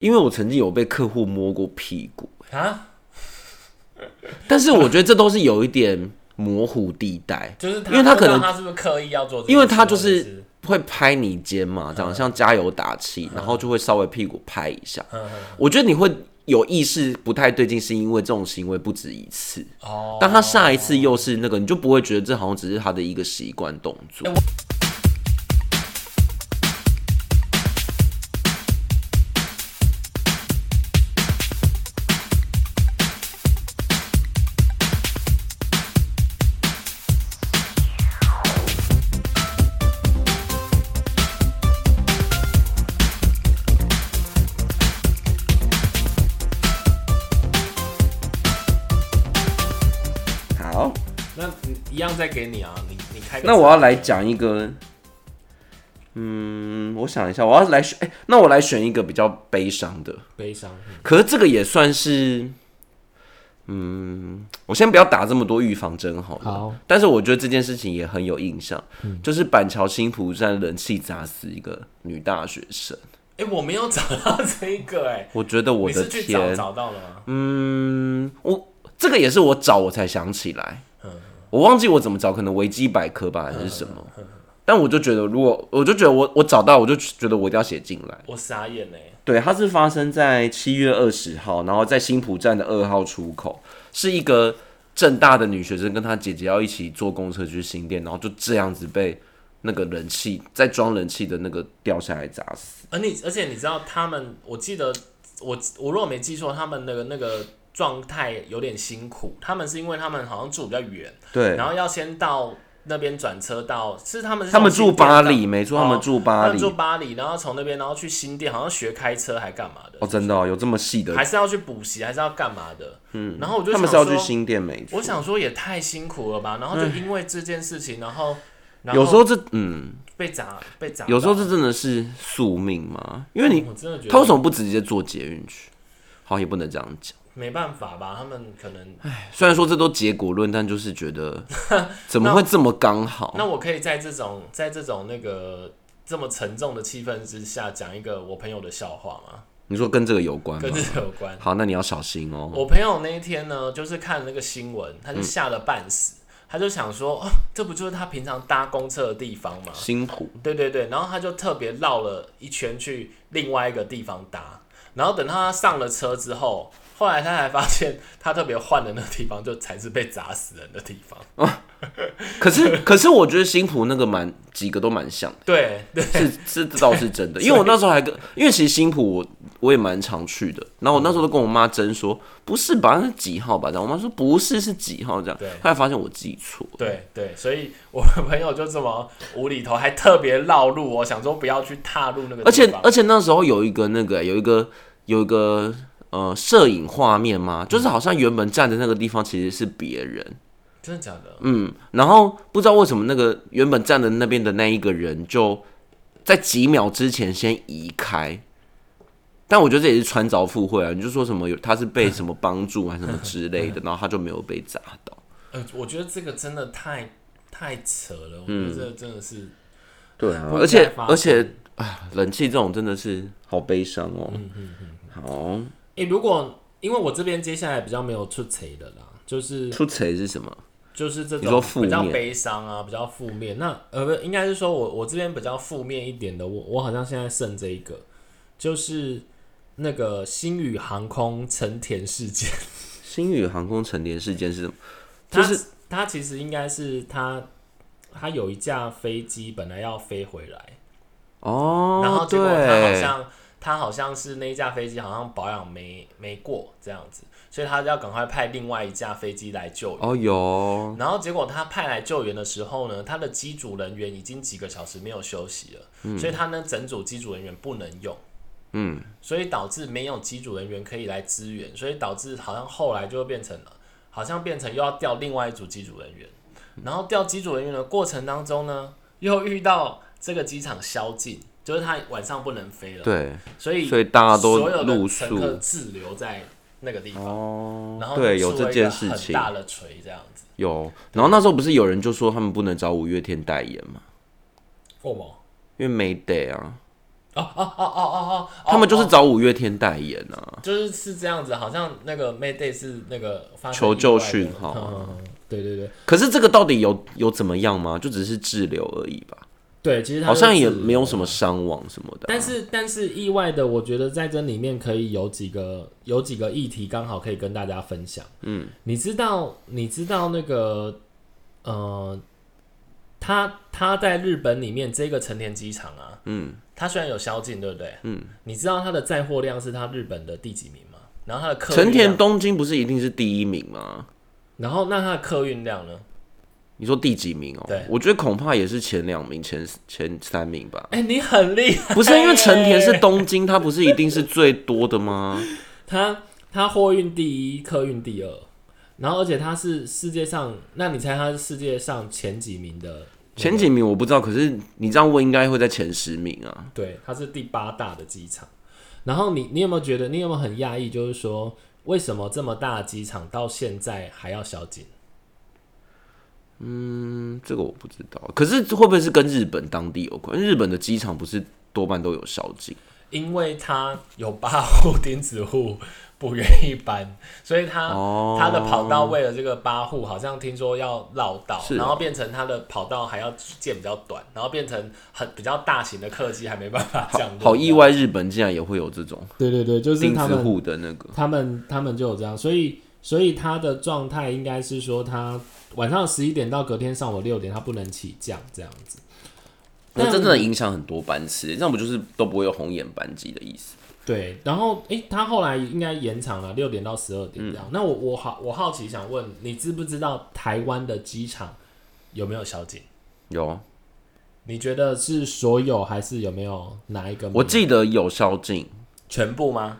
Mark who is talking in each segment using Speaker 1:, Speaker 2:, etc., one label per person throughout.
Speaker 1: 因为我曾经有被客户摸过屁股，
Speaker 2: 啊，
Speaker 1: 但是我觉得这都是有一点模糊地带，
Speaker 2: 就是他
Speaker 1: 因为他
Speaker 2: 不知
Speaker 1: 可
Speaker 2: 道
Speaker 1: 能
Speaker 2: 他是不是刻意要做这件事，
Speaker 1: 因为他就
Speaker 2: 或者
Speaker 1: 是
Speaker 2: 是
Speaker 1: 会拍你肩嘛，
Speaker 2: 嗯
Speaker 1: 这样像加油打气，然后就会稍微屁股拍一下。
Speaker 2: 嗯嗯
Speaker 1: 我觉得你会有意识不太对劲，是因为这种行为不止一次。
Speaker 2: 哦，
Speaker 1: 当他下一次又是那个，你就不会觉得这好像只是他的一个习惯动作。
Speaker 2: 嗯
Speaker 1: 好，
Speaker 2: 那你一样再给你啊，你你开个
Speaker 1: 那我要来讲一个，嗯，我想一下，我要来选，哎、那我来选一个比较悲伤的。
Speaker 2: 悲伤，嗯
Speaker 1: 可是这个也算是，嗯，我先不要打这么多预防针好了。
Speaker 2: 好，
Speaker 1: 但是我觉得这件事情也很有印象，就是板桥新浦站人气砸死一个女大学生。
Speaker 2: 哎，我没有找到这一个哎，
Speaker 1: 我觉得我
Speaker 2: 你
Speaker 1: 的
Speaker 2: 是去找
Speaker 1: 天，
Speaker 2: 找到了吗？
Speaker 1: 嗯，我这个也是我找我才想起来，
Speaker 2: 嗯
Speaker 1: 我忘记我怎么找，可能维基百科吧还是什么。但我就觉得，如果我就觉得我我找到，我就觉得我一定要写进来。
Speaker 2: 我傻眼哎嘞，
Speaker 1: 对，它是发生在七月二十号，然后在新浦站的二号出口，是一个正大的女学生跟她姐姐要一起坐公车去新店，然后就这样子被那个人气在装人气的那个掉下来砸死。
Speaker 2: 而你而且你知道他们，我记得我我如果没记错，他们那个那个状态有点辛苦，他们是因为他们好像住比较远，
Speaker 1: 对，
Speaker 2: 然后要先到那边转车到，是他们是
Speaker 1: 他们住
Speaker 2: 从新店
Speaker 1: 巴
Speaker 2: 到
Speaker 1: 黎，没错，
Speaker 2: 哦
Speaker 1: 他们住巴
Speaker 2: 他们
Speaker 1: 黎。
Speaker 2: 住巴黎，然后从那边然后去新店，好像学开车还干嘛的，
Speaker 1: 哦，真的、哦、有这么细的
Speaker 2: 还，是要去补习，还是要干嘛的？嗯，然后我就
Speaker 1: 他
Speaker 2: 想
Speaker 1: 们是
Speaker 2: 说，
Speaker 1: 要去新店没错
Speaker 2: 我。想说也太辛苦了吧，然后就因为这件事情，然后然后
Speaker 1: 有时候这嗯，
Speaker 2: 被砸被砸到，
Speaker 1: 有时候这真的是宿命嘛，因为你
Speaker 2: 我真的觉
Speaker 1: 他为
Speaker 2: 得
Speaker 1: 什么不直接坐捷运去？好像也不能这样讲。
Speaker 2: 没办法吧，他们可能
Speaker 1: 虽然说这都结果论，但就是觉 得怎么会这么刚好？
Speaker 2: 那我可以在这种在这种那个这么沉重的气氛之下，讲一个我朋友的笑话吗？
Speaker 1: 你说跟这个有关
Speaker 2: 跟
Speaker 1: 吗
Speaker 2: 这？个有关。
Speaker 1: 好，那你要小心哦、
Speaker 2: 我朋友那一天呢，就是看那个新闻，他
Speaker 1: 嗯
Speaker 2: 就吓得半死，他就想说、哦，这不就是他平常搭公车的地方吗？
Speaker 1: 辛苦，
Speaker 2: 对对对，然后他就特别绕了一圈去另外一个地方搭，然后等他上了车之后，后来他才发现他特别换的那个地方，就才是被砸死人的地方。
Speaker 1: 可 是可是我觉得辛苦那个蛮几个都蛮像的，
Speaker 2: 对对，
Speaker 1: 是是这倒是真 的，因为我那时候还跟，因为其实辛苦我我也蛮常去的，然后我那时候都跟我妈争说不是吧，那是几号吧这样，我妈说不是是几号这样
Speaker 2: 对，
Speaker 1: 后来发现我记错，
Speaker 2: 对对，所以我的朋友就这么无厘头，还特别绕路，我想说不要去踏入那个
Speaker 1: 而 且嗯
Speaker 2: 地方
Speaker 1: 而且那时候有一个那个有一个有一个呃摄影画面嘛，
Speaker 2: 嗯
Speaker 1: 就是好像原本站的那个地方其实是别人。
Speaker 2: 真的假的？
Speaker 1: 嗯，然后不知道为什么那个原本站的那边的那一个人就在几秒之前先移开，但我觉得这也是穿凿附会啊！你就说什么有他是被什么帮助还是什么之类的，然后他就没有被砸到。
Speaker 2: 呃，我觉得这个真的太太扯了，我觉得这个真的是，
Speaker 1: 对啊
Speaker 2: 不应
Speaker 1: 而且
Speaker 2: 该发生
Speaker 1: 而且啊，冷气这种真的是好悲伤哦。好，
Speaker 2: 诶、如果因为我这边接下来比较没有出贼的啦，就是
Speaker 1: 出锤是什么？
Speaker 2: 就是这
Speaker 1: 你说
Speaker 2: 种
Speaker 1: 负
Speaker 2: 比较
Speaker 1: 面
Speaker 2: 悲伤啊，比较负面。那呃，不，应该是说我我这边比较负面一点的，我我好像现在剩这一个，就是那个星宇航空沉田事件。
Speaker 1: 星宇航空沉淀事件是什么？就
Speaker 2: 它
Speaker 1: 是
Speaker 2: 它其实应该是它，它有一架飞机本来要飞回来，
Speaker 1: 哦，
Speaker 2: 然后结
Speaker 1: 对，
Speaker 2: 果它好像它好像是那一架飞机好像保养没没过这样子，所以它要赶快派另外一架飞机来救援。
Speaker 1: 哦有
Speaker 2: 然后结果他派来救援的时候呢，他的机组人员已经几个小时没有休息了，
Speaker 1: 嗯
Speaker 2: 所以他呢整组机组人员不能用，嗯，所以导致没有机组人员可以来支援，所以导致好像后来就会变成了，好像变成又要调另外一组机组人员，然后调机组人员的过程当中呢，又遇到这个机场宵禁，就是他晚上不能飞了，
Speaker 1: 对，
Speaker 2: 所以
Speaker 1: 所以大家都
Speaker 2: 所有的
Speaker 1: 露
Speaker 2: 乘
Speaker 1: 宿
Speaker 2: 客滞留在那个地方，
Speaker 1: 哦
Speaker 2: 然后
Speaker 1: 对，
Speaker 2: 就
Speaker 1: 有
Speaker 2: 出
Speaker 1: 这
Speaker 2: 了一
Speaker 1: 件
Speaker 2: 个
Speaker 1: 事
Speaker 2: 很
Speaker 1: 情，
Speaker 2: 大的锤这样子，
Speaker 1: 有，然后那时候不是有人就说他们不能找五月天代言嘛，
Speaker 2: 过吗？
Speaker 1: 因为没得啊。
Speaker 2: 哦哦哦哦，
Speaker 1: 他们就是
Speaker 2: 哦
Speaker 1: 找五月天代言啊。
Speaker 2: 就是是这样子，好像那个 Mayday 是那个发生
Speaker 1: 求
Speaker 2: 意
Speaker 1: 救
Speaker 2: 外的
Speaker 1: 讯号啊
Speaker 2: 嗯对对对
Speaker 1: 可是这个到底有有怎么样吗？就只是滞留而已吧，
Speaker 2: 对，其实它
Speaker 1: 好像
Speaker 2: 就
Speaker 1: 也
Speaker 2: 是
Speaker 1: 没有什么伤亡什么的啊、
Speaker 2: 但是但是意外的，我觉得在这里面可以有几个有几个议题刚好可以跟大家分享。嗯，你知道你知道那个呃，他他在日本里面这个成田机场啊，
Speaker 1: 嗯，
Speaker 2: 它虽然有宵禁，对不对？嗯，你知道它的载货量是它日本的第几名吗？然后它的客运
Speaker 1: 成田
Speaker 2: 量，
Speaker 1: 东京不是一定是第一名吗？
Speaker 2: 然后那它的客运量呢？
Speaker 1: 你说第几名哦？
Speaker 2: 对。
Speaker 1: 我觉得恐怕也是前两名、前前三名吧
Speaker 2: 哎、你很厉害，
Speaker 1: 不是因为成田是东京，它不是一定是最多的吗？
Speaker 2: 它它货运第一，客运第二，然后而且它是世界上，那你猜它是世界上前几名的？
Speaker 1: 前几名我不知道，可是你这样问应该会在前十名啊。
Speaker 2: 对，它是第八大的机场。然后你你有没有觉得，你有没有很讶异？就是说，为什么这么大的机场到现在还要宵禁？
Speaker 1: 嗯，这个我不知道。可是会不会是跟日本当地有关？日本的机场不是多半都有宵禁？
Speaker 2: 因为它有八户钉子户不愿意搬，所以它
Speaker 1: 哦
Speaker 2: 它的跑道为了这个八户，好像听说要绕道，
Speaker 1: 是哦
Speaker 2: 然后变成它的跑道还要建比较短，然后变成很比较大型的客机还没办法
Speaker 1: 好
Speaker 2: 降落。
Speaker 1: 好意。外，日本竟然也会有这种
Speaker 2: 对对对，就是
Speaker 1: 钉
Speaker 2: 他
Speaker 1: 子
Speaker 2: 们
Speaker 1: 户的那个。
Speaker 2: 他们他们就有这样，所以所以他的状态应该是说他晚上十一点到隔天上午六点，他不能起降这样子。
Speaker 1: 那
Speaker 2: 但
Speaker 1: 真正的影响很多班次，这样不就是都不会有红眼班机的意思？
Speaker 2: 对，然后诶、他后来应该延长了六点到十二点
Speaker 1: 嗯
Speaker 2: 这样。那我我好我好奇想问，你知不知道台湾的机场有没有宵禁？
Speaker 1: 有啊，
Speaker 2: 你觉得是所有还是有没有哪一个没有？
Speaker 1: 我记得有宵禁，
Speaker 2: 全部吗？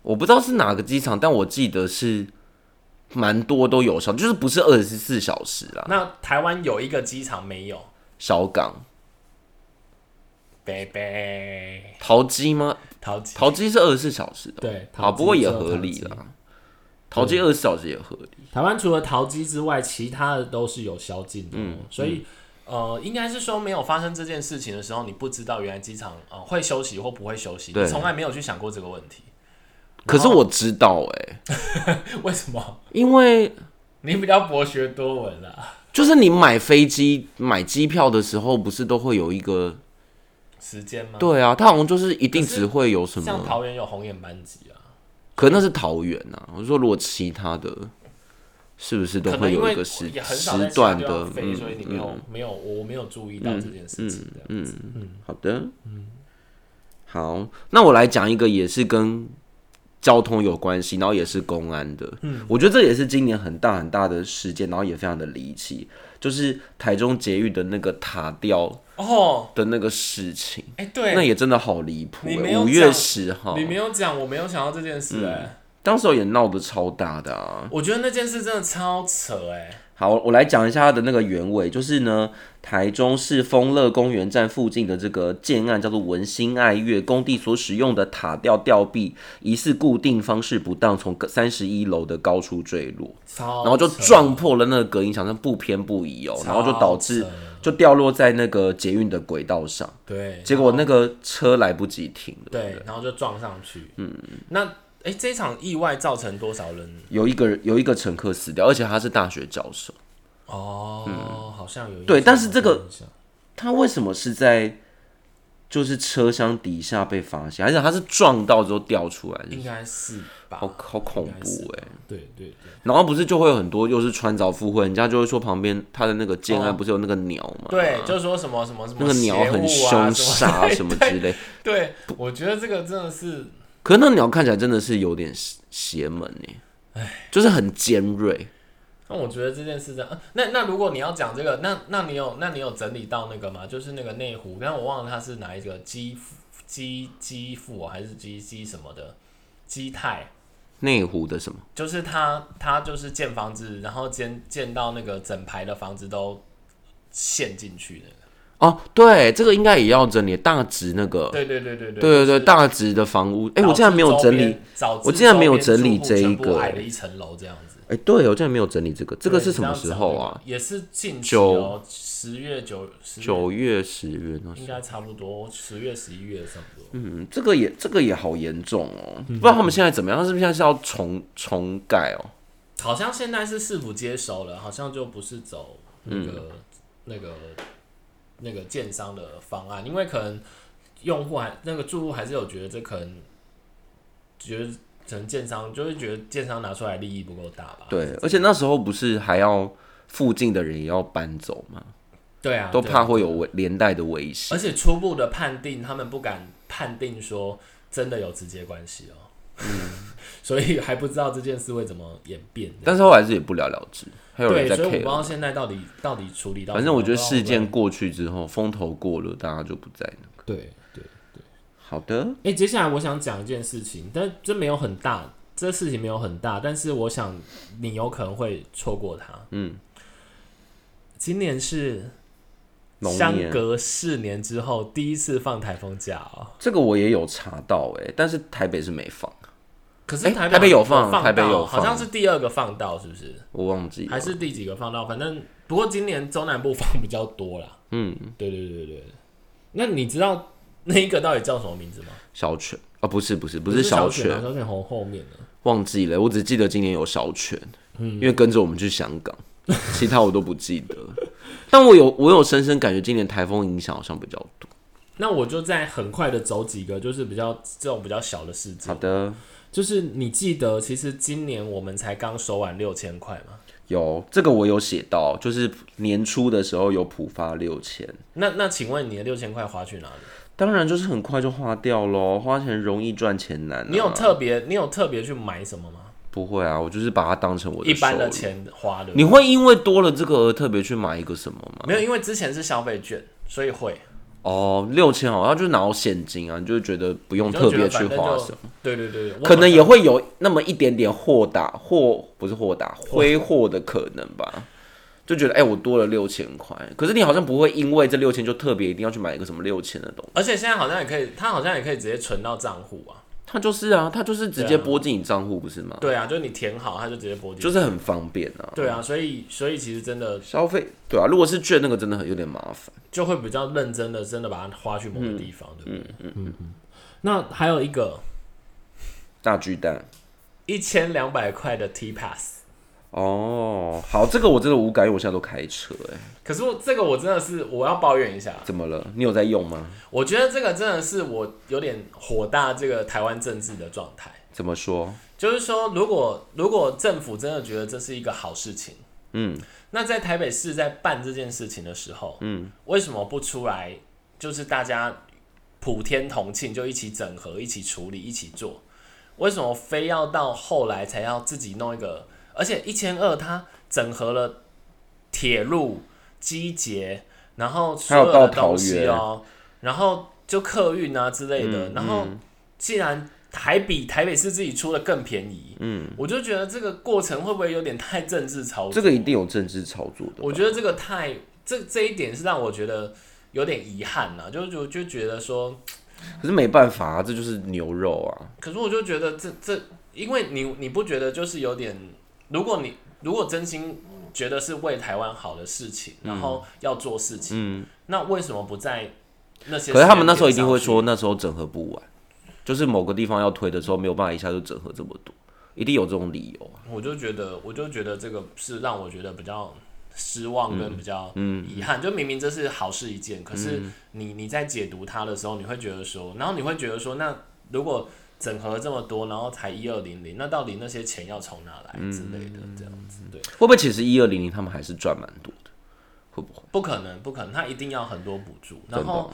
Speaker 1: 我不知道是哪个机场，但我记得是蛮多都有宵，就是不是二十四小时啦，
Speaker 2: 那台湾有一个机场没有，
Speaker 1: 小港、
Speaker 2: 贝贝
Speaker 1: 桃机吗？
Speaker 2: 桃机
Speaker 1: 桃机是二十四小时的，
Speaker 2: 对，
Speaker 1: 好，
Speaker 2: 桃
Speaker 1: 不过
Speaker 2: 机
Speaker 1: 也
Speaker 2: 只有
Speaker 1: 合
Speaker 2: 桃
Speaker 1: 理
Speaker 2: 机
Speaker 1: 啦。桃机二十四小时也合理，
Speaker 2: 台湾除了桃机之外，其他的都是有宵禁的哦、
Speaker 1: 嗯
Speaker 2: 所以。呃，应该是说没有发生这件事情的时候，你不知道原来机场呃会休息或不会休息，
Speaker 1: 对
Speaker 2: 你从来没有去想过这个问题。
Speaker 1: 可是我知道哎、
Speaker 2: 为什么？
Speaker 1: 因为
Speaker 2: 你比较博学多闻啊啦，
Speaker 1: 就是你买飞机买机票的时候，不是都会有一个
Speaker 2: 时间吗？，
Speaker 1: 对啊，它好像就是一定
Speaker 2: 可是
Speaker 1: 只会有什
Speaker 2: 像
Speaker 1: 么，
Speaker 2: 桃园有红眼班级啊，
Speaker 1: 可那是桃园啊。我说如果其他的，是不是都
Speaker 2: 可能
Speaker 1: 会
Speaker 2: 因
Speaker 1: 有
Speaker 2: 为
Speaker 1: 一个时
Speaker 2: 也很少在
Speaker 1: 时
Speaker 2: 其他
Speaker 1: 段
Speaker 2: 地
Speaker 1: 的
Speaker 2: 方？飞，
Speaker 1: 嗯
Speaker 2: 所以你没有、
Speaker 1: 嗯，
Speaker 2: 没有我没有注意到这件事情这样子。
Speaker 1: 好的，嗯，好，那我来讲一个也是跟交通有关系，然后也是公安的。嗯，我觉得这也是今年很大很大的事件，然后也非常的离奇，就是台中捷运的那个塔吊
Speaker 2: 哦，
Speaker 1: 的那个事情，
Speaker 2: 哎、
Speaker 1: 那
Speaker 2: 对，
Speaker 1: 也真哦的好离谱
Speaker 2: 你
Speaker 1: 欸、
Speaker 2: 没有
Speaker 1: 五月
Speaker 2: 讲
Speaker 1: 十号
Speaker 2: 你，没有讲，我没有想到这件事哎、
Speaker 1: 当时也闹得超大的啊。
Speaker 2: 我觉得那件事真的超扯哎、
Speaker 1: 好，我来讲一下它的那个原委，就是呢，台中市丰乐公园站附近的这个建案叫做文心爱乐工地所使用的塔吊吊臂，疑似固定方式不当，从三十一楼的高处坠落，
Speaker 2: 超
Speaker 1: 然后就
Speaker 2: 扯
Speaker 1: 撞破了那个隔音墙，但不偏不倚哦，然后就导致
Speaker 2: 哦超扯哦
Speaker 1: 就掉落在那个捷运的轨道上，
Speaker 2: 对，
Speaker 1: 结果那个车来不及停了，
Speaker 2: 对，然后就撞上去。嗯，那哎、诶这场意外造成多少人？
Speaker 1: 有一个人有一个乘客死掉，而且他是大学教授。
Speaker 2: 哦，好像有印象
Speaker 1: 对但是这个
Speaker 2: 好像有印象
Speaker 1: 他为什么是在就是车厢底下被发现，而且他是撞到之后掉出来的，
Speaker 2: 应该是吧，
Speaker 1: 好好恐
Speaker 2: 应该是
Speaker 1: 怖哎、
Speaker 2: 吧对对对
Speaker 1: 然后不是就会有很多又是穿凿附会，人家就会说旁边他的那个建
Speaker 2: 哦
Speaker 1: 安不是有那个鸟吗？
Speaker 2: 对，就说什么什么什么
Speaker 1: 那个鸟
Speaker 2: 邪物
Speaker 1: 很
Speaker 2: 啊
Speaker 1: 凶
Speaker 2: 什么
Speaker 1: 杀什么之类。
Speaker 2: 对，我觉得这个真的是
Speaker 1: 可是那个鸟看起来真的是有点邪门哎、就是很尖锐。
Speaker 2: 那我觉得这件事这样，啊那那如果你要讲这个，那那你有那你有整理到那个吗？就是那个内湖，但我忘了它是哪一个基基基富、还是基基什么的基泰，
Speaker 1: 内湖的什么？
Speaker 2: 就是他他就是建房子，然后建建到那个整排的房子都陷进去的。
Speaker 1: 哦，对，这个应该也要整理大直那个，
Speaker 2: 对对对对
Speaker 1: 对
Speaker 2: 对
Speaker 1: 对
Speaker 2: 就
Speaker 1: 对，
Speaker 2: 是
Speaker 1: 大直的房屋，哎、我竟然没有整理，，
Speaker 2: 导致
Speaker 1: 我竟然没有
Speaker 2: 周边
Speaker 1: 整理
Speaker 2: 住户
Speaker 1: 这一
Speaker 2: 全部
Speaker 1: 个
Speaker 2: 矮了一层楼这样子。
Speaker 1: 哎、对我竟然没有整理这个，这个
Speaker 2: 对
Speaker 1: 是什么时候？
Speaker 2: 你这样
Speaker 1: 啊
Speaker 2: 讲？也是近期
Speaker 1: 九
Speaker 2: 哦，十月九十月
Speaker 1: 九月、十月那时
Speaker 2: 应
Speaker 1: 候，
Speaker 2: 该差不多，十月十一月差不多。
Speaker 1: 嗯，这个也这个也好严重
Speaker 2: 嗯
Speaker 1: 哦，不知道他们现在怎么样，是不是现在是要重重盖哦？
Speaker 2: 好像现在是市府接手了，好像就不是走那个、
Speaker 1: 嗯
Speaker 2: 那个那个建商的方案，因为可能用户还那个住户还是有觉得这可能觉得可能建商就会觉得建商拿出来利益不够大吧？
Speaker 1: 对，而且那时候不是还要附近的人也要搬走吗？
Speaker 2: 对啊，
Speaker 1: 都
Speaker 2: 对啊
Speaker 1: 怕会有危连带的危险。
Speaker 2: 而且初步的判定，他们不敢判定说真的有直接关系哦。 所以还不知道这件事会怎么演变。
Speaker 1: 嗯但是后来是也不了了之，还有人
Speaker 2: 对，
Speaker 1: 在
Speaker 2: 所以我不知
Speaker 1: care。
Speaker 2: 道现在到底到底处理到什么。
Speaker 1: 反正我觉得
Speaker 2: 不知道
Speaker 1: 事
Speaker 2: 会不会
Speaker 1: 件过去之后，风头过了，大家就不在了。
Speaker 2: 对对。
Speaker 1: 好的，
Speaker 2: 哎、接下来我想讲一件事情，但这没有很大，这事情没有很大，但是我想你有可能会错过它。
Speaker 1: 嗯，
Speaker 2: 今年是
Speaker 1: 龙
Speaker 2: 相
Speaker 1: 年
Speaker 2: 隔四年之后第一次放台风假哦。
Speaker 1: 这个我也有查到哎、但是台北是没放，
Speaker 2: 可是
Speaker 1: 诶
Speaker 2: 台
Speaker 1: 台北有放
Speaker 2: 放，
Speaker 1: 台北
Speaker 2: 到
Speaker 1: 有
Speaker 2: 好
Speaker 1: 放
Speaker 2: 像是第二个放到，是不是？
Speaker 1: 我忘记了
Speaker 2: 还。是第几个放到？反正不过今年中南部放比较多啦。
Speaker 1: 嗯，
Speaker 2: 对对对对对。那你知道那一个到底叫什么名字吗？
Speaker 1: 小犬啊，不是不是不
Speaker 2: 是
Speaker 1: 是小
Speaker 2: 犬啊，
Speaker 1: 犬，
Speaker 2: 小犬红后面的。
Speaker 1: 忘记了，我只记得今年有小犬，因为跟着我们去香 港，其他我都不记得。但我有我有深深感觉今年台风影响好像比较多。
Speaker 2: 那我就再很快的走几个，就是比较这种比较小的事
Speaker 1: 好
Speaker 2: 情。
Speaker 1: 的，
Speaker 2: 就是你记得，其实今年我们才刚收完六千块嘛。
Speaker 1: 有这个我有写到，就是年初的时候有普发六千，
Speaker 2: 那那请问你的六千块花去哪里？
Speaker 1: 当然就是很快就花掉喽，花钱容易赚钱难、啊。
Speaker 2: 你有特别你有特别去买什么吗？
Speaker 1: 不会啊？我就是把它当成我的
Speaker 2: 一般
Speaker 1: 收
Speaker 2: 的
Speaker 1: 入。
Speaker 2: 钱花的，
Speaker 1: 你会因为多了这个而特别去买一个什么吗？
Speaker 2: 没有，因为之前是消费券，所以会。
Speaker 1: 哦，六千好像就拿到现金啊，你就会觉得不用
Speaker 2: 你
Speaker 1: 特
Speaker 2: 就觉
Speaker 1: 别
Speaker 2: 得
Speaker 1: 去
Speaker 2: 反正
Speaker 1: 花
Speaker 2: 就
Speaker 1: 什么。
Speaker 2: 对对对，我
Speaker 1: 可能
Speaker 2: 好像
Speaker 1: 也会有那么一点点豁达或不是豁达挥霍的可能吧，就觉得哎、我多了六千块，可是你好像不会因为这六千就特别一定要去买一个什么六千的东西，
Speaker 2: 而且现在好像也可以，他好像也可以直接存到账户啊。
Speaker 1: 它就是啊，它就是直接
Speaker 2: 对啊
Speaker 1: 拨进你账户不是吗？
Speaker 2: 对啊，就是你填好，他就直接拨进。
Speaker 1: 就是很方便啊。
Speaker 2: 对啊，所以所以其实真的
Speaker 1: 消费对啊，如果是券那个真的很有点麻烦。
Speaker 2: 就会比较认真的，真的把它花去某个地方，对不对？嗯嗯那还有一个
Speaker 1: 大巨蛋
Speaker 2: 一千两百块的 T Pass，
Speaker 1: 哦，好，这个我真的无感，因为我现在都开车哎、
Speaker 2: 可是我这个我真的是我要抱怨一下，
Speaker 1: 怎么了？你有在用吗？
Speaker 2: 我觉得这个真的是我有点火大这个台湾政治的状态。
Speaker 1: 怎么说？
Speaker 2: 就是说，如果如果政府真的觉得这是一个好事情，
Speaker 1: 嗯，
Speaker 2: 那在台北市在办这件事情的时候，嗯，为什么不出来？就是大家普天同庆，就一起整合、一起处理、一起做，为什么非要到后来才要自己弄一个？而且一千二它整合了铁路、机捷，然后所有
Speaker 1: 还有
Speaker 2: 的
Speaker 1: 到桃
Speaker 2: 东西哦，然后就客运啊之类的，
Speaker 1: 嗯
Speaker 2: 然后既然还比台北市自己出的更便宜，嗯，我就觉得这个过程会不会有点太政治操作？
Speaker 1: 这个一定有政治操作的吧。
Speaker 2: 我觉得这个太这这一点是让我觉得有点遗憾呐、就就就觉得说，
Speaker 1: 可是没办法啊，这就是牛肉啊。
Speaker 2: 可是我就觉得这这，因为你你不觉得就是有点，如果你如果真心觉得是为台湾好的事情，
Speaker 1: 嗯
Speaker 2: 然后要做事情，那为什么不在那些？
Speaker 1: 可是他们那时候一定会说，，那时候整合不完，就是某个地方要推的时候没有办法一下就整合这么多，一定有这种理由啊。
Speaker 2: 我就觉得我就觉得这个是让我觉得比较。失望跟比较遗憾，就明明这是好事一件，可是你你在解读它的时候，你会觉得说，然后你会觉得说，那如果整合了这么多，然后才一二零零，那到底那些钱要从哪来之类的，这样子对。
Speaker 1: 会不会其实一二零零他们还是赚蛮多的？会不会？
Speaker 2: 不可能，不可能，他一定要很多补助。
Speaker 1: 真
Speaker 2: 然
Speaker 1: 的
Speaker 2: 后，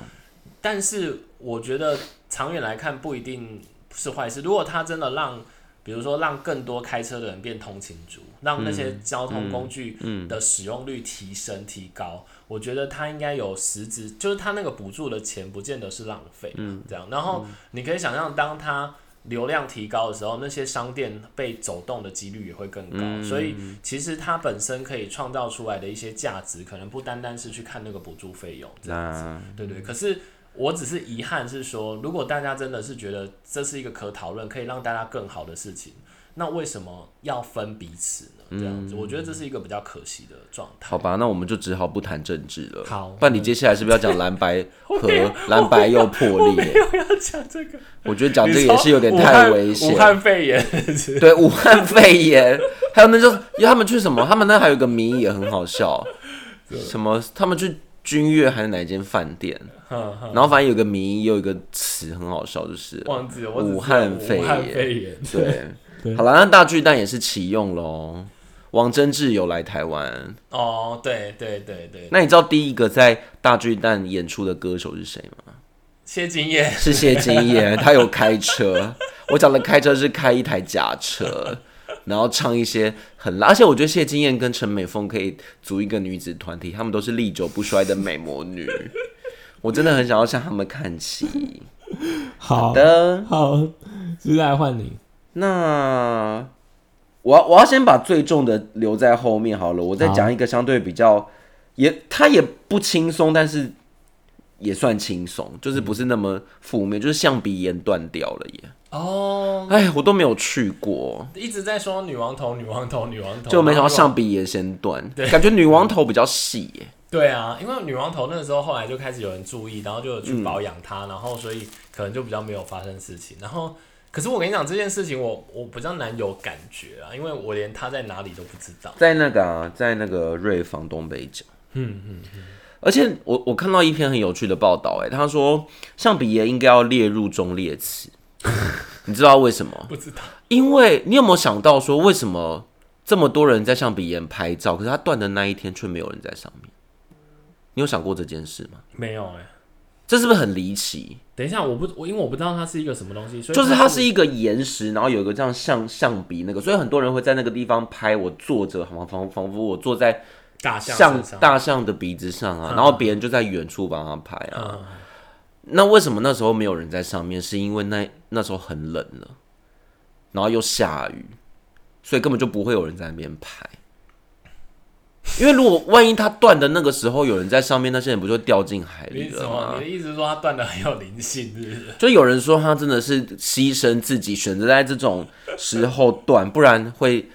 Speaker 2: 但是我觉得长远来看不一定是坏事。如果他真的让，比如说让更多开车的人变通勤族，让那
Speaker 1: 嗯
Speaker 2: 些交通工具的使用率提升、提高，我觉得他应该有实质，
Speaker 1: 嗯
Speaker 2: 就是他那个补助的钱不见得是浪费，这样。然后你可以想象，当他流量提高的时候，那些商店被走动的几率也会更高。
Speaker 1: 嗯
Speaker 2: 所以其实它本身可以创造出来的一些价值，可能不单单是去看那个补助费用这样子。
Speaker 1: 那
Speaker 2: 对对，可是我只是遗憾是说，如果大家真的是觉得这是一个可讨论、可以让大家更好的事情，那为什么要分彼此
Speaker 1: 嗯
Speaker 2: 呢？这样子，我觉得这是一个比较可惜的状态。
Speaker 1: 好吧，那我们就只好不谈政治了。
Speaker 2: 好
Speaker 1: 不然你接下来是不是要讲蓝白 和
Speaker 2: 没有
Speaker 1: 蓝白又破
Speaker 2: 我没
Speaker 1: 裂？
Speaker 2: 有要讲这个，
Speaker 1: 我觉得讲这个
Speaker 2: 你
Speaker 1: 也
Speaker 2: 说
Speaker 1: 是有点
Speaker 2: 武
Speaker 1: 太
Speaker 2: 汉
Speaker 1: 危险
Speaker 2: 武。汉肺炎是
Speaker 1: 对，武汉肺炎，还有那就是因为他们去什么？他们那还有一个谜也很好 笑，啊什么？他们去君悦还是哪一间饭店？
Speaker 2: 哼哼
Speaker 1: 然后反正有个谜，也有一个词很好笑，就是
Speaker 2: 忘记了，我只
Speaker 1: 武
Speaker 2: 知道
Speaker 1: 汉肺
Speaker 2: 武汉
Speaker 1: 炎
Speaker 2: 肺炎。
Speaker 1: 对。好了，那大巨蛋也是启用喽。王贞治有来台湾，
Speaker 2: 哦，对对对对，
Speaker 1: 那你知道第一个在大巨蛋演出的歌手是谁吗？
Speaker 2: 谢金燕
Speaker 1: 是谢金燕， 他有开车。我讲的开车是开一台假车，然后唱一些很拉。而且我觉得谢金燕跟陈美凤可以组一个女子团体，她们都是历久不衰的美魔女。我真的很想要向她们看齐。
Speaker 3: 好
Speaker 1: 好的，
Speaker 3: 好，接下来换你。
Speaker 1: 那我要我要先把最重的留在后面好了，我再讲一个相对比较也它也不轻松，但是也算轻松，就是不是那么负面，就是象鼻炎断掉了耶。
Speaker 2: 哦，
Speaker 1: 哎，我都没有去过，
Speaker 2: 一直在说女王头、女王头、女王头，
Speaker 1: 就没想到
Speaker 2: 然后
Speaker 1: 象鼻炎先断，感觉女王头比较细耶。
Speaker 2: 对啊，因为女王头那时候后来就开始有人注意，然后就有
Speaker 1: 嗯
Speaker 2: 去保养它，然后所以可能就比较没有发生事情。然后，可是我跟你讲这件事情我，我比较难有感觉啊，因为我连它在哪里都不知道。
Speaker 1: 在那个啊，在那个瑞芳东北角。嗯嗯而且我我看到一篇很有趣的报道，哎，他说象鼻炎应该要列入中列 词，你知道为什么？
Speaker 2: 不知道，
Speaker 1: 因为你有没有想到说，为什么这么多人在象鼻炎拍照，可是他断的那一天却没有人在上面？你有想过这件事吗？
Speaker 2: 没有哎、
Speaker 1: 这是不是很离奇？
Speaker 2: 等一下，我不，我因为我不知道它是一个什么东西，所以
Speaker 1: 就是它
Speaker 2: 它
Speaker 1: 是一个岩石，然后有一个这样象象鼻那个，所以很多人会在那个地方拍。我坐着，仿仿仿佛我坐在
Speaker 2: 大象
Speaker 1: 象
Speaker 2: 身上
Speaker 1: 大象的鼻子上啊，然后别人就在远处帮他拍啊。
Speaker 2: 嗯
Speaker 1: 那为什么那时候没有人在上面？是因为那那时候很冷了，然后又下雨，所以根本就不会有人在那边拍。因为如果万一他断的那个时候有人在上面，那些人不就掉进海
Speaker 2: 你
Speaker 1: 里
Speaker 2: 什
Speaker 1: 了
Speaker 2: 么？你
Speaker 1: 吗？
Speaker 2: 的意思是说它断的很有灵性，是不是？
Speaker 1: 就有人说他真的是牺牲自己，选择在这种时候断，不然会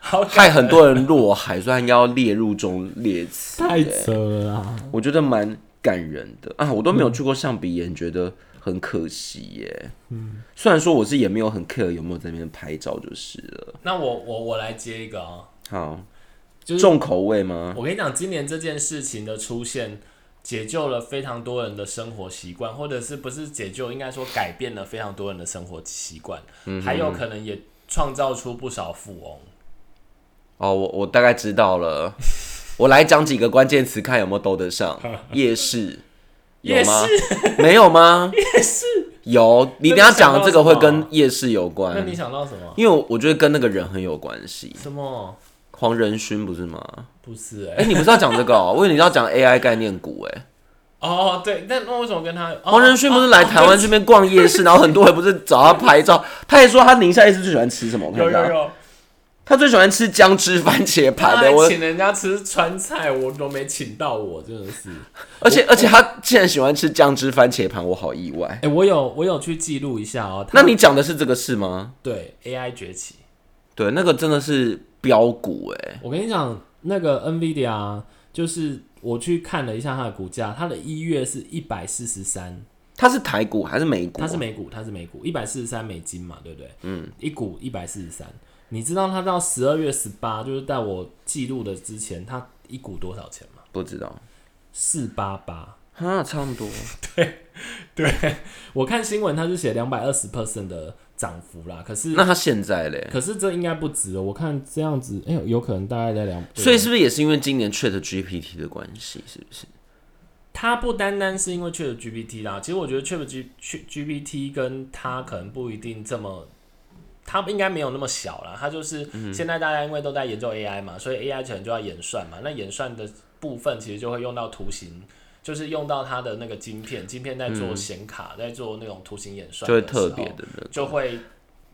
Speaker 2: 好感
Speaker 1: 害很多人落海，所以他应该要列入中列词。
Speaker 3: 太扯了
Speaker 2: 啊
Speaker 3: 啦！
Speaker 1: 我觉得蛮感人的啊！我都没有去过象鼻岩，觉得很可惜耶。嗯，虽然说我是也没有很 care 有没有在那边拍照就是了。
Speaker 2: 那我我我来接一个啊、
Speaker 1: 好，
Speaker 2: 就是
Speaker 1: 重口味吗？
Speaker 2: 我跟你讲，今年这件事情的出现，解救了非常多人的生活习惯，或者是不是解救，应该说改变了非常多人的生活习惯，还有可能也创造出不少富翁。
Speaker 1: 哦，我我大概知道了。我来讲几个关键词，看有没有兜得上。夜市有
Speaker 2: 夜
Speaker 1: 吗？没有吗？夜市有。你等一下讲的这个会跟夜市有
Speaker 2: 那你
Speaker 1: 关，
Speaker 2: 想到什么？
Speaker 1: 因为我觉得跟那个人很有关系。
Speaker 2: 什么？
Speaker 1: 黄仁勋不是吗？
Speaker 2: 不是哎、
Speaker 1: 哎、你不是要讲这个哦？我以为你要讲 AI 概念股哎、
Speaker 2: 哦，对，那那为什么跟他？哦
Speaker 1: 黄仁勋不是来台湾这边逛夜 市，然后很多人不是找他拍照，他也说他宁夏夜市最喜欢吃什么？我看
Speaker 2: 哦有
Speaker 1: 一下
Speaker 2: 有有，
Speaker 1: 他最喜欢吃姜汁番茄
Speaker 2: 他
Speaker 1: 排的，
Speaker 2: 还
Speaker 1: 我
Speaker 2: 请人家吃川菜，我都没请到我，真的是。
Speaker 1: 而且而且他竟然喜欢吃姜汁番茄盘，我好意外
Speaker 2: 哎、。我有我有去记录一下哦。他
Speaker 1: 那你讲的是这个事吗？
Speaker 2: 对 AI 崛起，
Speaker 1: 对，那个真的是标股哎、
Speaker 2: 我跟你讲，那个 NVIDIA 啊就是我去看了一下它的股价，它的一月是一百四十三，
Speaker 1: 它是台股还是美股？啊
Speaker 2: 它是美股，它是美股，一百四十三美金嘛，对不对？嗯，一股一百四十三，你知道它到十二月十八，就是在我记录的之前，它一股多少钱吗？
Speaker 1: 不知道，
Speaker 2: 四八八。
Speaker 1: 哈，差不多。
Speaker 2: 对，我看新闻它是写两百二十 percent 的涨幅啦，可是
Speaker 1: 那它现在嘞？
Speaker 2: 可是这应该不止哦，我看这样子，哎、有可能大概在两，
Speaker 1: 所以是不是也是因为今年 Chat GPT 的关系？是不是？
Speaker 2: 它不单单是因为 Chat GPT 啦，其实我觉得 Chat G Chat GPT 跟它可能不一定这么，它应该没有那么小啦。它就是
Speaker 1: 嗯
Speaker 2: 现在大家因为都在研究 AI 嘛，所以 AI 可能就要演算嘛。那演算的部分其实就会用到图形，就是用到它的那个晶片，晶片在做显卡，在做那种图形演算
Speaker 1: 就会
Speaker 2: 的时候
Speaker 1: 特别的那个
Speaker 2: 就会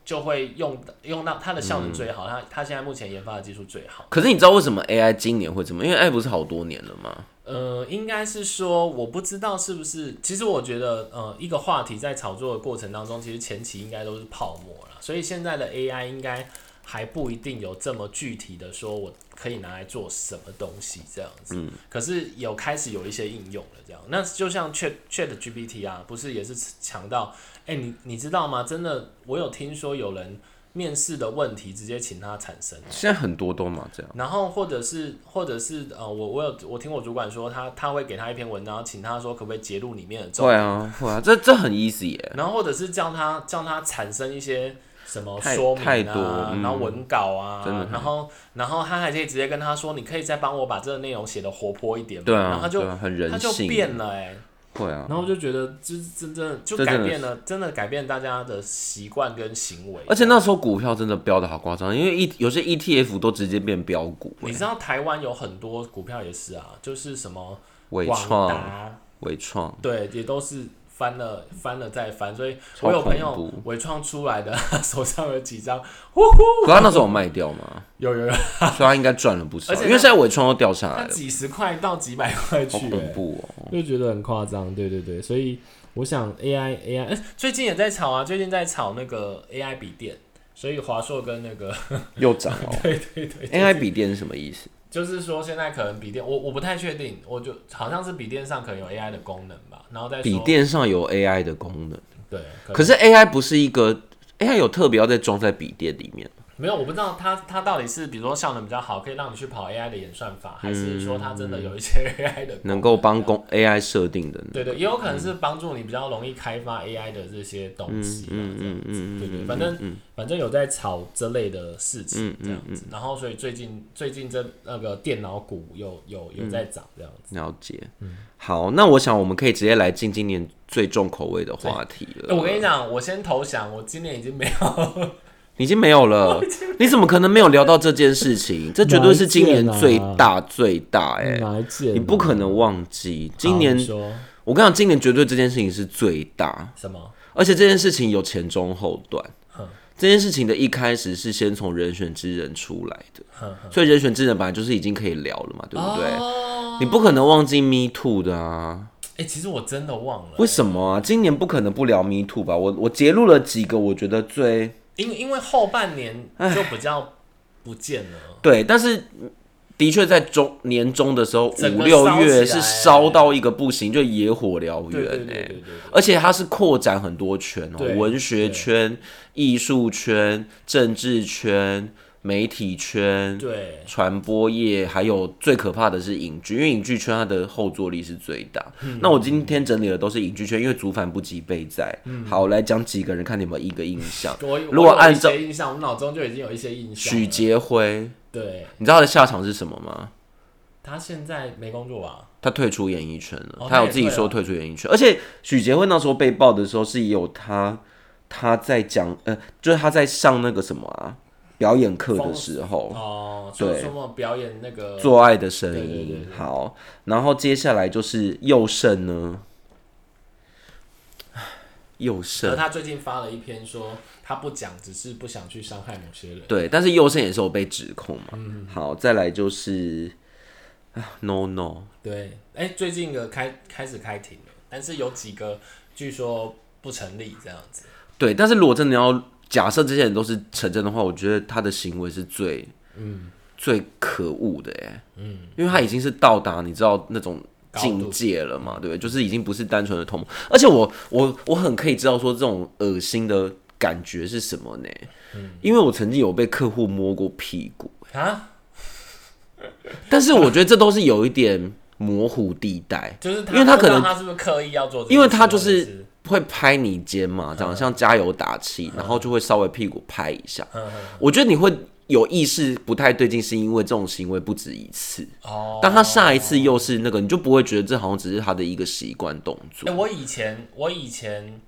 Speaker 2: 就会用用到它的效能最好，它它现在目前研发的技术最好。
Speaker 1: 可是你知道为什么 AI 今年会这么？因为 AI 不是好多年了吗？
Speaker 2: 呃，应该是说，我不知道是不是。其实我觉得，呃，一个话题在炒作的过程当中，其实前期应该都是泡沫啦，所以现在的 AI 应该还不一定有这么具体的说，我可以拿来做什么东西这样子。嗯、可是有开始有一些应用了，这样。那就像 Chat Chat GPT 啊，不是也是强到，哎、你你知道吗？真的，我有听说有人面试的问题直接请他产生。
Speaker 1: 现在很多都嘛这样。
Speaker 2: 然后或者是或者是呃，我我有我听我主管说他他会给他一篇文章，请他说可不可以截录里面的重
Speaker 1: 会
Speaker 2: 点，
Speaker 1: 啊，会啊，这这很 easy 耶、
Speaker 2: 然后或者是叫他叫他产生一些什么
Speaker 1: 太
Speaker 2: 说明
Speaker 1: 太多
Speaker 2: 啊，
Speaker 1: 嗯
Speaker 2: 然后文稿啊
Speaker 1: 真的，太
Speaker 2: 然后然后他还可以直接跟他说，你可以再帮我把这个内容写的活泼一点嘛，
Speaker 1: 对
Speaker 2: 然后
Speaker 1: 啊，
Speaker 2: 他就
Speaker 1: 对、啊，很
Speaker 2: 他
Speaker 1: 人
Speaker 2: 就
Speaker 1: 性。
Speaker 2: 变了哎、
Speaker 1: 会啊，
Speaker 2: 然后我就觉得这真的就
Speaker 1: 这真
Speaker 2: 改
Speaker 1: 的
Speaker 2: 变了，真的改变大家的习惯跟行为，
Speaker 1: 而且那时候股票真的飙的好夸张，因为 E 有些 ETF 都直接变标股、
Speaker 2: 你知道台湾有很多股票也是啊，就是什么
Speaker 1: 伟
Speaker 2: 广
Speaker 1: 创，
Speaker 2: 达。
Speaker 1: 伟创，
Speaker 2: 对，也都是翻了翻了再翻，所以
Speaker 1: 超
Speaker 2: 我有朋
Speaker 1: 恐
Speaker 2: 友
Speaker 1: 怖
Speaker 2: 伪创出来的， 手上有几张，
Speaker 1: 可他那时候有卖掉 嘛，
Speaker 2: 有有有，
Speaker 1: 所以他应该赚了不少，
Speaker 2: 而且
Speaker 1: 因
Speaker 2: 他
Speaker 1: 为现在伟创都掉下来
Speaker 2: 他
Speaker 1: 了，
Speaker 2: 几十块到几百块去、
Speaker 1: 哎好恐
Speaker 2: 欸，
Speaker 1: 怖哦、
Speaker 3: 就觉得很夸张，对对对，所以我想 AI AI，哎、
Speaker 2: 最近也在炒啊，最近在炒那个 AI 笔电，所以华硕跟那个，
Speaker 1: 又涨哦、
Speaker 2: 对对对，
Speaker 1: AI 笔电是什么意思？
Speaker 2: 就是说现在可能笔电，我我不太确定，我就好像是笔电上可能有 AI 的功能吧，然后再说
Speaker 1: 笔电上有 AI 的功能，
Speaker 2: 对，可
Speaker 1: 可是 AI 不是一个 AI 有特别要再装在笔电里面，
Speaker 2: 没有，我不知道它它到底是比如说效能比较好，可以让你去跑 AI 的演算
Speaker 1: 嗯
Speaker 2: 法，还是说它真的有一些 AI 的功
Speaker 1: 能够帮
Speaker 2: 这样
Speaker 1: 工 AI 设定的呢。
Speaker 2: 对对，也有可能是帮助你比较容易开发 AI 的这些东西啊，
Speaker 1: 嗯
Speaker 2: 这样子，对对，反正反正有在炒这类的事
Speaker 1: 嗯
Speaker 2: 情这样子，然后所以最近最近这那个电脑股有有有在涨这样子，
Speaker 1: 了解，好，那我想我们可以直接来进今年最重口味的话题
Speaker 2: 哎
Speaker 1: 了。
Speaker 2: 我跟你讲，我先投降，我今年已经没有，
Speaker 1: 你已经没有了，你怎么可能没有聊到这件事情？这绝对是今年最大最大
Speaker 2: 嗯
Speaker 1: 哎、
Speaker 3: 哪一届呢？
Speaker 1: 你不可能忘记今年
Speaker 3: 好。你说
Speaker 1: 我跟你讲，今年绝对这件事情是最大，
Speaker 2: 什么？
Speaker 1: 而且这件事情有前中后段
Speaker 2: 哼。
Speaker 1: 这件事情的一开始是先从人选之人出来的，
Speaker 2: 哼哼
Speaker 1: 所以人选之人本来就是已经可以聊了嘛，对不对？
Speaker 2: 哦，
Speaker 1: 你不可能忘记 Me Too 的啊。
Speaker 2: 哎，其实我真的忘了
Speaker 1: 为，什么啊？今年不可能不聊 Me Too 吧？我我截录了几个，我觉得最
Speaker 2: 因为因为后半年就比较不见了，
Speaker 1: 对，但是的确在中年中的时候，
Speaker 2: 整
Speaker 1: 五
Speaker 2: 个
Speaker 1: 六
Speaker 2: 烧起
Speaker 1: 月
Speaker 2: 来
Speaker 1: 是烧到一个不行，就野火燎
Speaker 2: 对对
Speaker 1: 原
Speaker 2: 对
Speaker 1: 呢、
Speaker 2: 对对对。
Speaker 1: 而且它是扩展很多圈哦，
Speaker 2: 对
Speaker 1: 文学圈、艺术圈、政治圈、媒体圈、
Speaker 2: 对。
Speaker 1: 传播业，还有最可怕的是影剧，因为影剧圈它的后坐力是最大。那我今天整理的都是影剧圈，因为祖反不及备在。好，我来讲几个人，看你有没有一个印象
Speaker 2: 我有
Speaker 1: 如果
Speaker 2: 我有
Speaker 1: 按
Speaker 2: 一
Speaker 1: 照
Speaker 2: 些印象，我脑中就已经有一些印象
Speaker 1: 许
Speaker 2: 了。
Speaker 1: 杰辉，
Speaker 2: 对，
Speaker 1: 你知道他的下场是什么吗？
Speaker 2: 他现在没工作啊？
Speaker 1: 他退出演艺圈了，
Speaker 2: 哦
Speaker 1: 他有自己说退出演艺圈，而且许杰辉那时候被爆的时候是也有他他在讲，呃，就是他在上那个什么啊表演课的时候，
Speaker 2: 哦，说
Speaker 1: 对
Speaker 2: 说我表演那个
Speaker 1: 做爱的声
Speaker 2: 对对对
Speaker 1: 音。好，然后接下来就是佑胜呢，佑
Speaker 2: 而
Speaker 1: 胜
Speaker 2: 他最近发了一篇说他不讲，只是不想去伤害某些人。
Speaker 1: 对，但是佑胜也是有被指控嘛。
Speaker 2: 嗯
Speaker 1: 好，再来就是啊，no no，
Speaker 2: 对，哎，最近的开开始开庭了，但是有几个据说不成立这样子。
Speaker 1: 对，但是如果真的要假设这些人都是成真的话，我觉得他的行为是最，嗯，最可恶的哎，嗯，因为他已经是到达你知道那种
Speaker 2: 高度
Speaker 1: 境界了嘛，对不对？就是已经不是单纯的痛，而且我我我很可以知道说这种恶心的感觉是什么呢？因为我曾经有被客户摸过屁股，
Speaker 2: 啊，
Speaker 1: 但是我觉得这都是有一点模糊地带，
Speaker 2: 就是他，
Speaker 1: 因为他可能
Speaker 2: 不知道他是不是刻意要做这件事，
Speaker 1: 因为他就
Speaker 2: 或者
Speaker 1: 是会拍你肩
Speaker 2: 嗯
Speaker 1: 嘛，这样像加油打气，然后就会稍微屁股拍一下。
Speaker 2: 嗯嗯
Speaker 1: 我觉得你会有意识不太对劲，是因为这种行为不止一次。
Speaker 2: 哦，
Speaker 1: 当他下一次又是那个，你就不会觉得这好像只是他的一个习惯动
Speaker 2: 哎、
Speaker 1: 作。
Speaker 2: 我以前我以前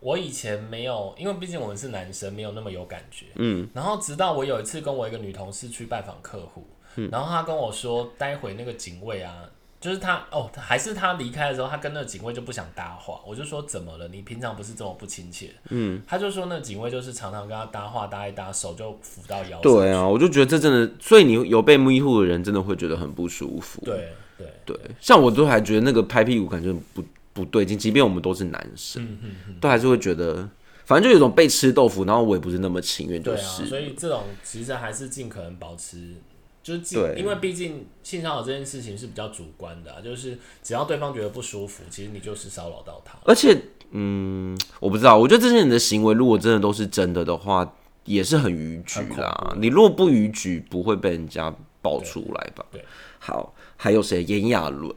Speaker 2: 我以前没有，因为毕竟我们是男生，没有那么有感觉。嗯。然后直到我有一嗯次跟我一个女同事去拜访客户，然后她跟我说，待会那个警卫啊，就是他哦，他还是他离开的时候，他跟那个警卫就不想搭话。我就说怎么了？你平常不是这么不亲切？嗯，他就说那警卫就是常常跟他搭话，搭一搭，手就扶到腰上。
Speaker 1: 对啊，我就觉得这真的，所以你有被 me too 的人真的会觉得很不舒服。
Speaker 2: 对对，
Speaker 1: 对，像我都还觉得那个拍屁股感觉不不对劲，即便我们都是男生，
Speaker 2: 嗯
Speaker 1: 都还是会觉得，反正就有种被吃豆腐，然后我也不是那么情愿，就
Speaker 2: 对啊，
Speaker 1: 是。
Speaker 2: 所以这种其实还是尽可能保持，就是尽
Speaker 1: 对，
Speaker 2: 因为毕竟性骚扰这件事情是比较主观的、啊，就是只要对方觉得不舒服，其实你就是骚扰到他。
Speaker 1: 而且，嗯，我不知道，我觉得这些人的行为如果真的都是真的的话，也是很逾矩啦。你若不逾矩，不会被人家爆出来吧？
Speaker 2: 对对
Speaker 1: 好，还有谁？炎亚纶，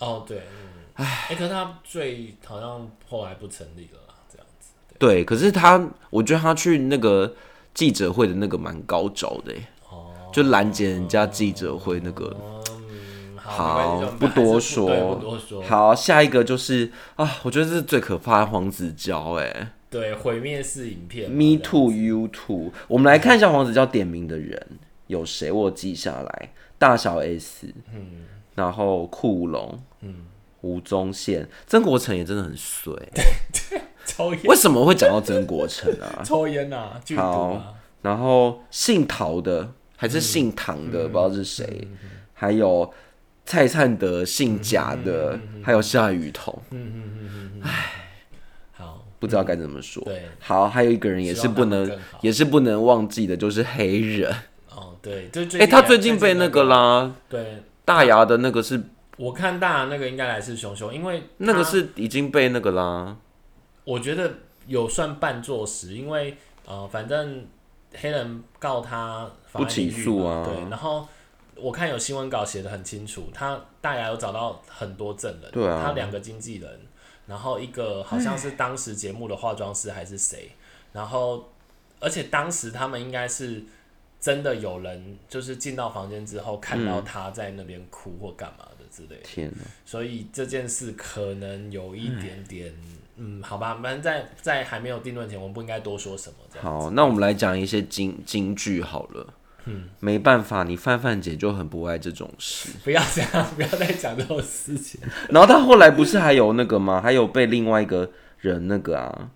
Speaker 2: 哦，对，嗯，哎、可是他最好像后来不成立了啦，这样子。
Speaker 1: 对，可是他，我觉得他去那个记者会的那个蛮高招的耶，欸
Speaker 2: 哦，
Speaker 1: 就拦截人家记者会那个。
Speaker 2: 嗯，
Speaker 1: 好
Speaker 2: 好，没关系就我们
Speaker 1: 不
Speaker 2: 还是
Speaker 1: 多
Speaker 2: 对
Speaker 1: 说
Speaker 2: 不多说，
Speaker 1: 好，下一个就是啊，我觉得这是最可怕的黄子佼哎
Speaker 2: 对，毁灭式影片嘛
Speaker 1: ，Me too, you too。我们来看一下黄子佼点名的人有谁，我有记下来，大小 S，嗯，然后库龙，嗯，吴宗宪，曾国成也真的很 衰，
Speaker 2: 抽烟
Speaker 1: 为什么会讲到曾国成啊？
Speaker 2: 抽烟啊，剧毒啊，
Speaker 1: 然后姓陶的还是姓唐
Speaker 2: 嗯
Speaker 1: 的，不知道是谁，还有蔡灿德姓贾的，
Speaker 2: 嗯
Speaker 1: 还有夏雨桐，
Speaker 2: 好，
Speaker 1: 不知道该怎么说。
Speaker 2: 对，
Speaker 1: 好，还有一个人也是不
Speaker 2: 嗯希望他
Speaker 1: 能
Speaker 2: 们更好，
Speaker 1: 也是不能忘记的，就是黑人。
Speaker 2: 哦，对，就最
Speaker 1: 哎、他
Speaker 2: 啊
Speaker 1: 最近被那个啦，
Speaker 2: 对。
Speaker 1: 大牙的那个是
Speaker 2: 我看大那个应该来势汹汹，因为
Speaker 1: 那个
Speaker 2: 他
Speaker 1: 是已经被那个啦，
Speaker 2: 我觉得有算半坐实，因为呃，反正黑人告他妨
Speaker 1: 不
Speaker 2: 碍
Speaker 1: 起
Speaker 2: 名誉
Speaker 1: 诉
Speaker 2: 嘛
Speaker 1: 啊
Speaker 2: 对，然后我看有新闻稿写的很清楚，他大牙有找到很多证人，
Speaker 1: 对啊
Speaker 2: 他两个经纪人，然后一个好像是当时节目的化妆师还是谁，然后而且当时他们应该是。真的有人就是进到房间之后，看
Speaker 1: 嗯
Speaker 2: 到他在那边哭或干嘛的之类的，
Speaker 1: 天哪，
Speaker 2: 所以这件事可能有一点点，嗯，好吧，反正在在还没有定论前，我们不应该多说什么。这样，
Speaker 1: 好，那我们来讲一些京京剧好了。
Speaker 2: 嗯
Speaker 1: 没办法，你范范姐就很不爱这种事。
Speaker 2: 不要这样， 不要再讲这种事情。
Speaker 1: 然后他后来不是还有那个吗？还有被另外一个人那个啊，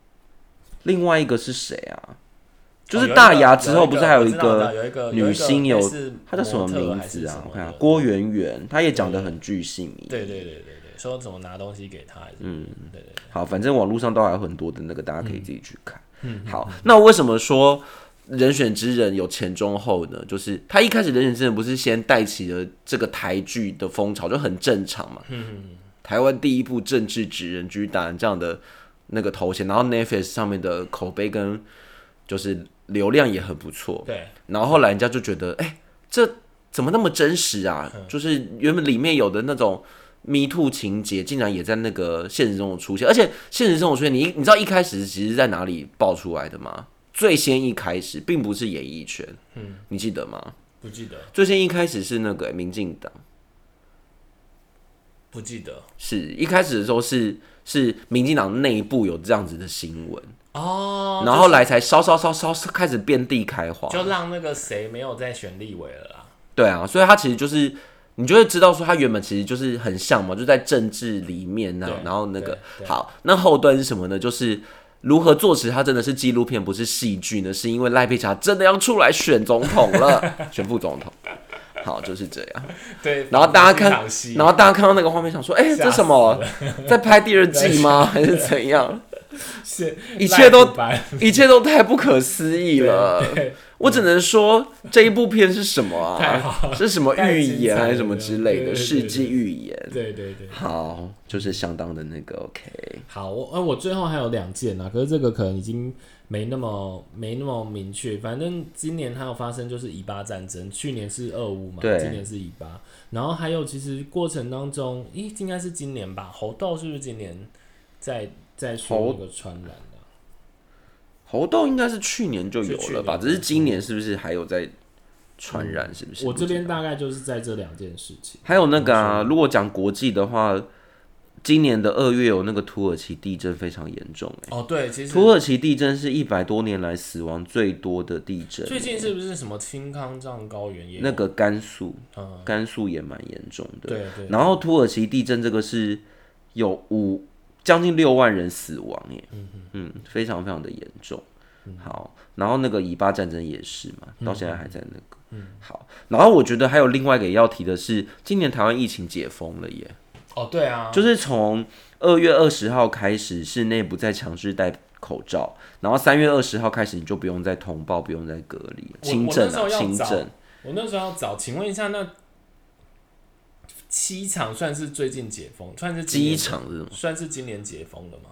Speaker 1: 另外一个是谁啊？
Speaker 2: 哦
Speaker 1: 就是大牙之后不是还
Speaker 2: 有
Speaker 1: 一
Speaker 2: 一个我知道我知
Speaker 1: 个
Speaker 2: 道有一个
Speaker 1: 女星
Speaker 2: 有
Speaker 1: 有
Speaker 2: 一个类似
Speaker 1: 她叫什么
Speaker 2: 模特
Speaker 1: 名
Speaker 2: 还是
Speaker 1: 字
Speaker 2: 什
Speaker 1: 啊？
Speaker 2: 么
Speaker 1: 我看下
Speaker 2: 的
Speaker 1: 郭媛媛，她也讲得很具细迷。
Speaker 2: 对对对对
Speaker 1: 嗯
Speaker 2: 对，说怎么拿东西给他，嗯，对对对，
Speaker 1: 好，反正网络上都还有很多的那个，大家可以自己去看。好，那为什么说人选之人有前中后呢？就是他一开始人选之人不是先带起了这个台剧的风潮，就很正常嘛。台湾第一部政治职人居然这样的那个头衔，然后 Netflix 上面的口碑跟就是流量也很不错。
Speaker 2: 对
Speaker 1: 然后后来人家就觉得，哎、这怎么那么真实啊？就是原本里面有的那种 me too 情节，竟然也在那个现实中有出现。而且现实中有出现，你你知道一开始其实在哪里爆出来的吗？最先一开始并不是演艺圈，嗯，你记得吗？
Speaker 2: 不记得
Speaker 1: 最先一开始是那个、民进党，
Speaker 2: 不记得
Speaker 1: 是一开始的时候是是民进党内部有这样子的新闻，
Speaker 2: 哦，
Speaker 1: 然后后来才烧烧烧烧开始遍地开花，
Speaker 2: 就让那个谁没有再选立委了啦。
Speaker 1: 对啊，所以他其实就是，你就会知道说他原本其实就是很像嘛，就在政治里面呢、
Speaker 2: 对
Speaker 1: 然后那个
Speaker 2: 对对
Speaker 1: 好，那后端是什么呢？就是如何做实，它真的是纪录片，不是戏剧呢？是因为赖佩霞真的要出来选总统了，选副总统。好，就是这样。
Speaker 2: 对，
Speaker 1: 然后大家看
Speaker 2: 一场戏，哦
Speaker 1: 然后大家看到那个画面，想说：“哎、
Speaker 2: 吓
Speaker 1: 这什么？在拍第二季 吗？还是怎样？
Speaker 2: 是
Speaker 1: 一切都
Speaker 2: 赖主办
Speaker 1: 一切都太不可思议了。
Speaker 2: 对对
Speaker 1: 我只能说这一部片是什么
Speaker 2: 太
Speaker 1: 啊
Speaker 2: 好？
Speaker 1: 是什么预言还是什么之类的
Speaker 2: 太精彩了对对对
Speaker 1: 世
Speaker 2: 对
Speaker 1: 纪预言？
Speaker 2: 对对对。
Speaker 1: 好，就是相当的那个 OK。
Speaker 3: 好，我呃，我最后还有两件啊，可是这个可能已经没那么没那么明确。反正今年还有发生就是以巴战争，去年是俄乌嘛，
Speaker 1: 对
Speaker 3: 今年是以巴。然后还有其实过程当中，咦，应该是今年吧？猴痘是不是今年在在说
Speaker 1: 猴
Speaker 3: 那个传染的、
Speaker 1: 猴痘应该是去年就有
Speaker 2: 是去
Speaker 1: 了
Speaker 2: 年
Speaker 1: 吧？只是今年是不是还有在传染？是不是？
Speaker 3: 我这
Speaker 1: 不
Speaker 3: 边
Speaker 1: 知道
Speaker 3: 大概就是在这两件事情。
Speaker 1: 还有那个啊，如果讲国际的话，今年的二月有那个土耳其地震非常严重、欸，
Speaker 2: 哦，对，其实
Speaker 1: 土耳其地震是一百多年来死亡最多的地震、
Speaker 2: 最近是不是什么青康藏高原也有
Speaker 1: 那个甘肃，
Speaker 2: 嗯，
Speaker 1: 甘肃也蛮严重的。
Speaker 2: 对对，
Speaker 1: 然后土耳其地震这个是有五将近六万人死亡耶，嗯，非常非常的严重。好，然后那个以巴战争也是嘛，
Speaker 2: 嗯
Speaker 1: 到现在还在那个。好，然后我觉得还有另外一个要提的是，今年台湾疫情解封了耶，
Speaker 2: 哦，对啊，
Speaker 1: 就是从二月二十号开始，室内不再强制戴口罩，然后三月二十号开始你就不用再通报，不用再隔离了，
Speaker 2: 我
Speaker 1: 轻
Speaker 2: 我
Speaker 1: 症
Speaker 2: 那时候
Speaker 1: 啊，
Speaker 2: 要
Speaker 1: 轻
Speaker 2: 找
Speaker 1: 症。
Speaker 2: 我那时候要找，请问一下，那机场算是最近解封，算是今
Speaker 1: 机
Speaker 2: 年
Speaker 1: 场这种，
Speaker 2: 算是今年解封的吗？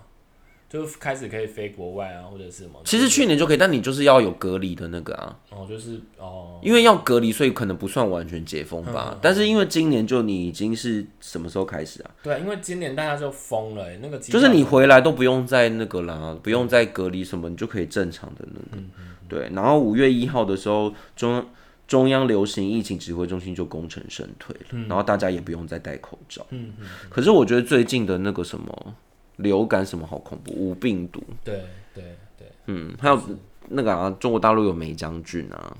Speaker 2: 就开始可以飞国外啊，或者是什么？
Speaker 1: 其实去年就可以，但你就是要有隔离的那个啊。
Speaker 2: 哦，就是哦，
Speaker 1: 因为要隔离，所以可能不算完全解封吧。但是因为今年就你已经是什么时候开始啊？
Speaker 2: 对，因为今年大家就疯了欸、那个机
Speaker 1: 就是
Speaker 2: 票
Speaker 1: 你回来都不用再那个啦，不用再隔离什么，你就可以正常的那个。对，然后五月一号的时候，中中央流行疫情指挥中心就功成身退了，然后大家也不用再戴口罩。可是我觉得最近的那个什么流感什么好恐怖，无病毒，
Speaker 2: 对对对，
Speaker 1: 嗯，还有那个啊，中国大陆有梅将军啊，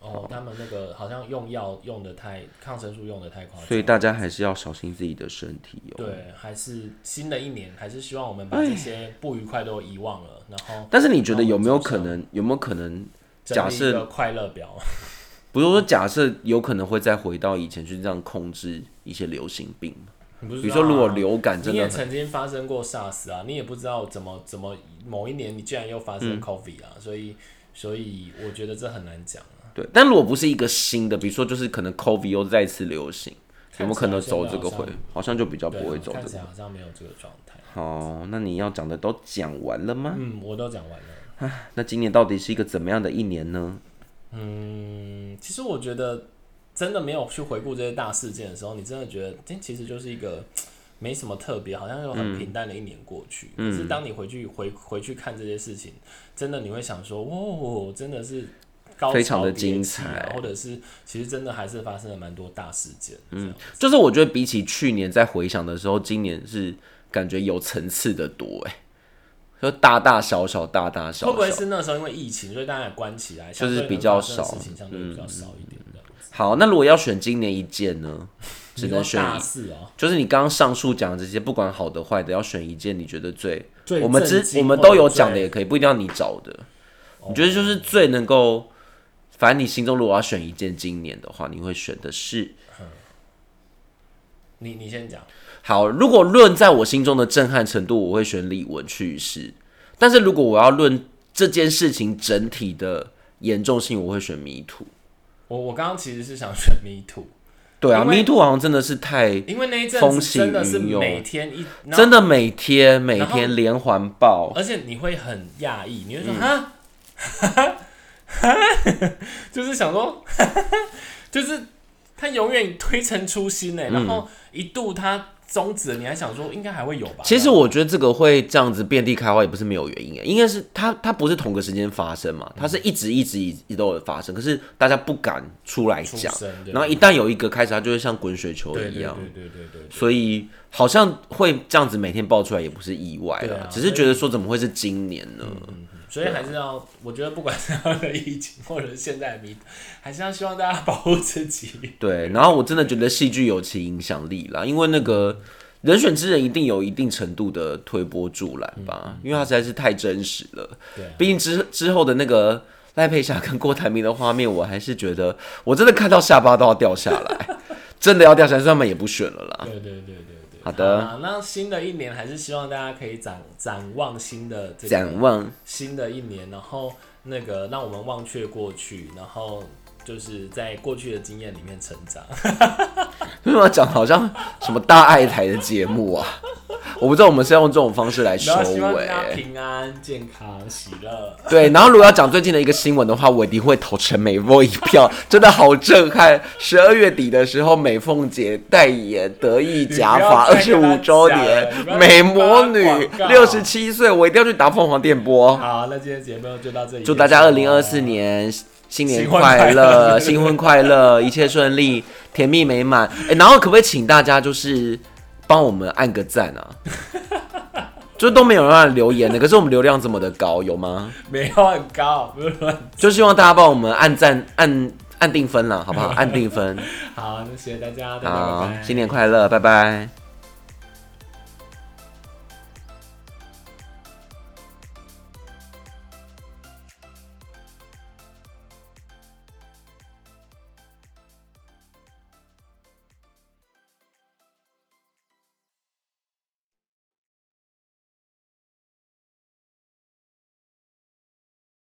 Speaker 2: 哦，他们那个好像用药用的太抗生素用哦的太夸
Speaker 1: 所以
Speaker 2: 张。
Speaker 1: 大家还是要小心自己的身体哦。
Speaker 2: 对，还是新的一年，还是希望我们把这些不愉快都遗忘了，然后
Speaker 1: 但是你觉得有没有可能？有没有可能？假
Speaker 2: 整理一
Speaker 1: 设
Speaker 2: 个快乐表。
Speaker 1: 不是说假设有可能会再回到以前去这样控制一些流行病吗，
Speaker 2: 你不是啊
Speaker 1: 比如说如果流感真
Speaker 2: 你
Speaker 1: 的
Speaker 2: 也
Speaker 1: 很，
Speaker 2: 曾经发生过 SARS 啊，你也不知道怎么怎么某一年你居然又发
Speaker 1: 嗯
Speaker 2: 生 COVID 啊，所以所以我觉得这很难讲啊。
Speaker 1: 对，但如果不是一个新的，比如说就是可能 COVID 又再次流行，有没有可能走这个
Speaker 2: 看起来好
Speaker 1: 会
Speaker 2: 像？
Speaker 1: 好像就比较
Speaker 2: 对
Speaker 1: 不
Speaker 2: 啊
Speaker 1: 会走
Speaker 2: 看
Speaker 1: 这
Speaker 2: 起
Speaker 1: 个。
Speaker 2: 来好像没有这个状态。
Speaker 1: 好，那你要讲的都讲完了吗？
Speaker 2: 嗯，我都讲完了。
Speaker 1: 那今年到底是一个怎么样的一年呢？
Speaker 2: 嗯，其实我觉得真的没有去回顾这些大事件的时候，你真的觉得，这其实就是一个没什么特别，好像又
Speaker 1: 嗯
Speaker 2: 很平淡的一年过去。可是当你回去回回去看这些事情，真的你会想说，哇，真的是高潮
Speaker 1: 非常的
Speaker 2: 迭起啊
Speaker 1: 精彩
Speaker 2: 或者是其实真的还是发生了蛮多大事件。嗯，
Speaker 1: 就是我觉得比起去年在回想的时候，今年是感觉有层次的多哎、就大大小小，大大小小。
Speaker 2: 会不会是那时候因为疫情，所以大家也关起来，
Speaker 1: 就是
Speaker 2: 相对能
Speaker 1: 比较
Speaker 2: 发生的
Speaker 1: 少嗯
Speaker 2: 事情相对比较少一点的。
Speaker 1: 好，那如果要选今年一件呢，只
Speaker 2: 你
Speaker 1: 能
Speaker 2: 说
Speaker 1: 选
Speaker 2: 大
Speaker 1: 一，
Speaker 2: 事哦，
Speaker 1: 就是你刚刚上述讲的这些，不管好的坏的，要选一件你觉得最，
Speaker 3: 最
Speaker 1: 我们
Speaker 3: 震
Speaker 1: 之
Speaker 3: 惊
Speaker 1: 我们
Speaker 3: 或者
Speaker 1: 都有
Speaker 3: 最
Speaker 1: 讲的也可以，不一定要你找的。你觉得就是
Speaker 2: 哦
Speaker 1: 最能够，反正你心中如果要选一件今年的话，你会选的是
Speaker 2: 你你先讲。
Speaker 1: 好。如果论在我心中的震撼程度，我会选李玟去世。但是如果我要论这件事情整体的严重性，我会选迷途。
Speaker 2: 我我刚刚其实是想选 Me Too。
Speaker 1: 对啊，
Speaker 2: 因为
Speaker 1: 迷途好像真的是太
Speaker 2: 因为那一阵
Speaker 1: 风
Speaker 2: 子
Speaker 1: 起
Speaker 2: 真的是
Speaker 1: 云涌
Speaker 2: 每天一，然后哦啊
Speaker 1: 真的每天每
Speaker 2: 然后
Speaker 1: 天连环爆，
Speaker 2: 而且你会很讶异，你会说哈，哈哈，就是想说，哈哈就是他永远推陈出新呢，然后一度他终止了，你还想说应该还会有吧？
Speaker 1: 其实我觉得这个会这样子遍地开花也不是没有原因诶，欸应该是它它不是同个时间发生嘛，
Speaker 2: 嗯
Speaker 1: 它是一直一直一直都有发生，可是大家不敢出来
Speaker 2: 出
Speaker 1: 讲，
Speaker 2: 声对
Speaker 1: 然后一旦有一个开始，它就会像滚雪球
Speaker 2: 对
Speaker 1: 一
Speaker 2: 对对
Speaker 1: 样，
Speaker 2: 对对对
Speaker 1: 所以好像会这样子每天爆出来也不是意外
Speaker 2: 对
Speaker 1: 啦，
Speaker 2: 啊嗯
Speaker 1: 只是觉得说怎么会是今年呢？
Speaker 2: 所以还是要，我觉得不管是他的疫情或者是现在的迷，还是要希望大家保护自己。
Speaker 1: 对，然后我真的觉得戏剧有其影响力啦，因为那个。人选之人一定有一定程度的推波助澜吧，因为它实在是太真实了。
Speaker 2: 嗯对啊
Speaker 1: 毕竟之之后的那个赖佩霞跟郭台铭的画面，我还是觉得我真的看到下巴都要掉下来， 真的要掉下来，所以他们也不选了啦。
Speaker 2: 对对对对对。
Speaker 1: 好的
Speaker 2: 啦那新的一年还是希望大家可以展展望新的这个
Speaker 1: 展望，
Speaker 2: 新的一年，然后那个让我们忘却过去，然后就是在过去的经验里面成 长。
Speaker 1: 为什么要讲得好像什么大爱台的节目啊？我不知道我们是要用这种方式来收
Speaker 2: 然后希望
Speaker 1: 尾、
Speaker 2: 大家平安、健康、喜乐。
Speaker 1: 对，然后如果要讲最近的一个新闻的话，我一定会投陈美凤一票，真的好震撼！十二月底的时候，美凤姐代言德意假发二
Speaker 2: 你
Speaker 1: 十五
Speaker 2: 不要再跟她
Speaker 1: 周
Speaker 2: 讲
Speaker 1: 年
Speaker 2: 了你不要，再
Speaker 1: 美魔女
Speaker 2: 帮她广告
Speaker 1: 六十七岁，我一定要去打凤凰电波。
Speaker 2: 好，那今天节目就到这里，
Speaker 1: 祝大家二零二四。年新年
Speaker 2: 新婚
Speaker 1: 快
Speaker 2: 快
Speaker 1: 乐，
Speaker 2: 乐
Speaker 1: 新婚快乐，一切顺利，甜蜜美满。哎，然后可不可以请大家就是帮我们按个赞 啊！就都没有人按留言的，可是我们流量这么的高，有吗？
Speaker 2: 没有很高，不是乱。
Speaker 1: 就希望大家帮我们按赞、按 按定分了，好不好？按定分，
Speaker 2: 好，那谢谢大家，大家
Speaker 1: 好
Speaker 2: 拜拜，
Speaker 1: 新年快乐，拜拜。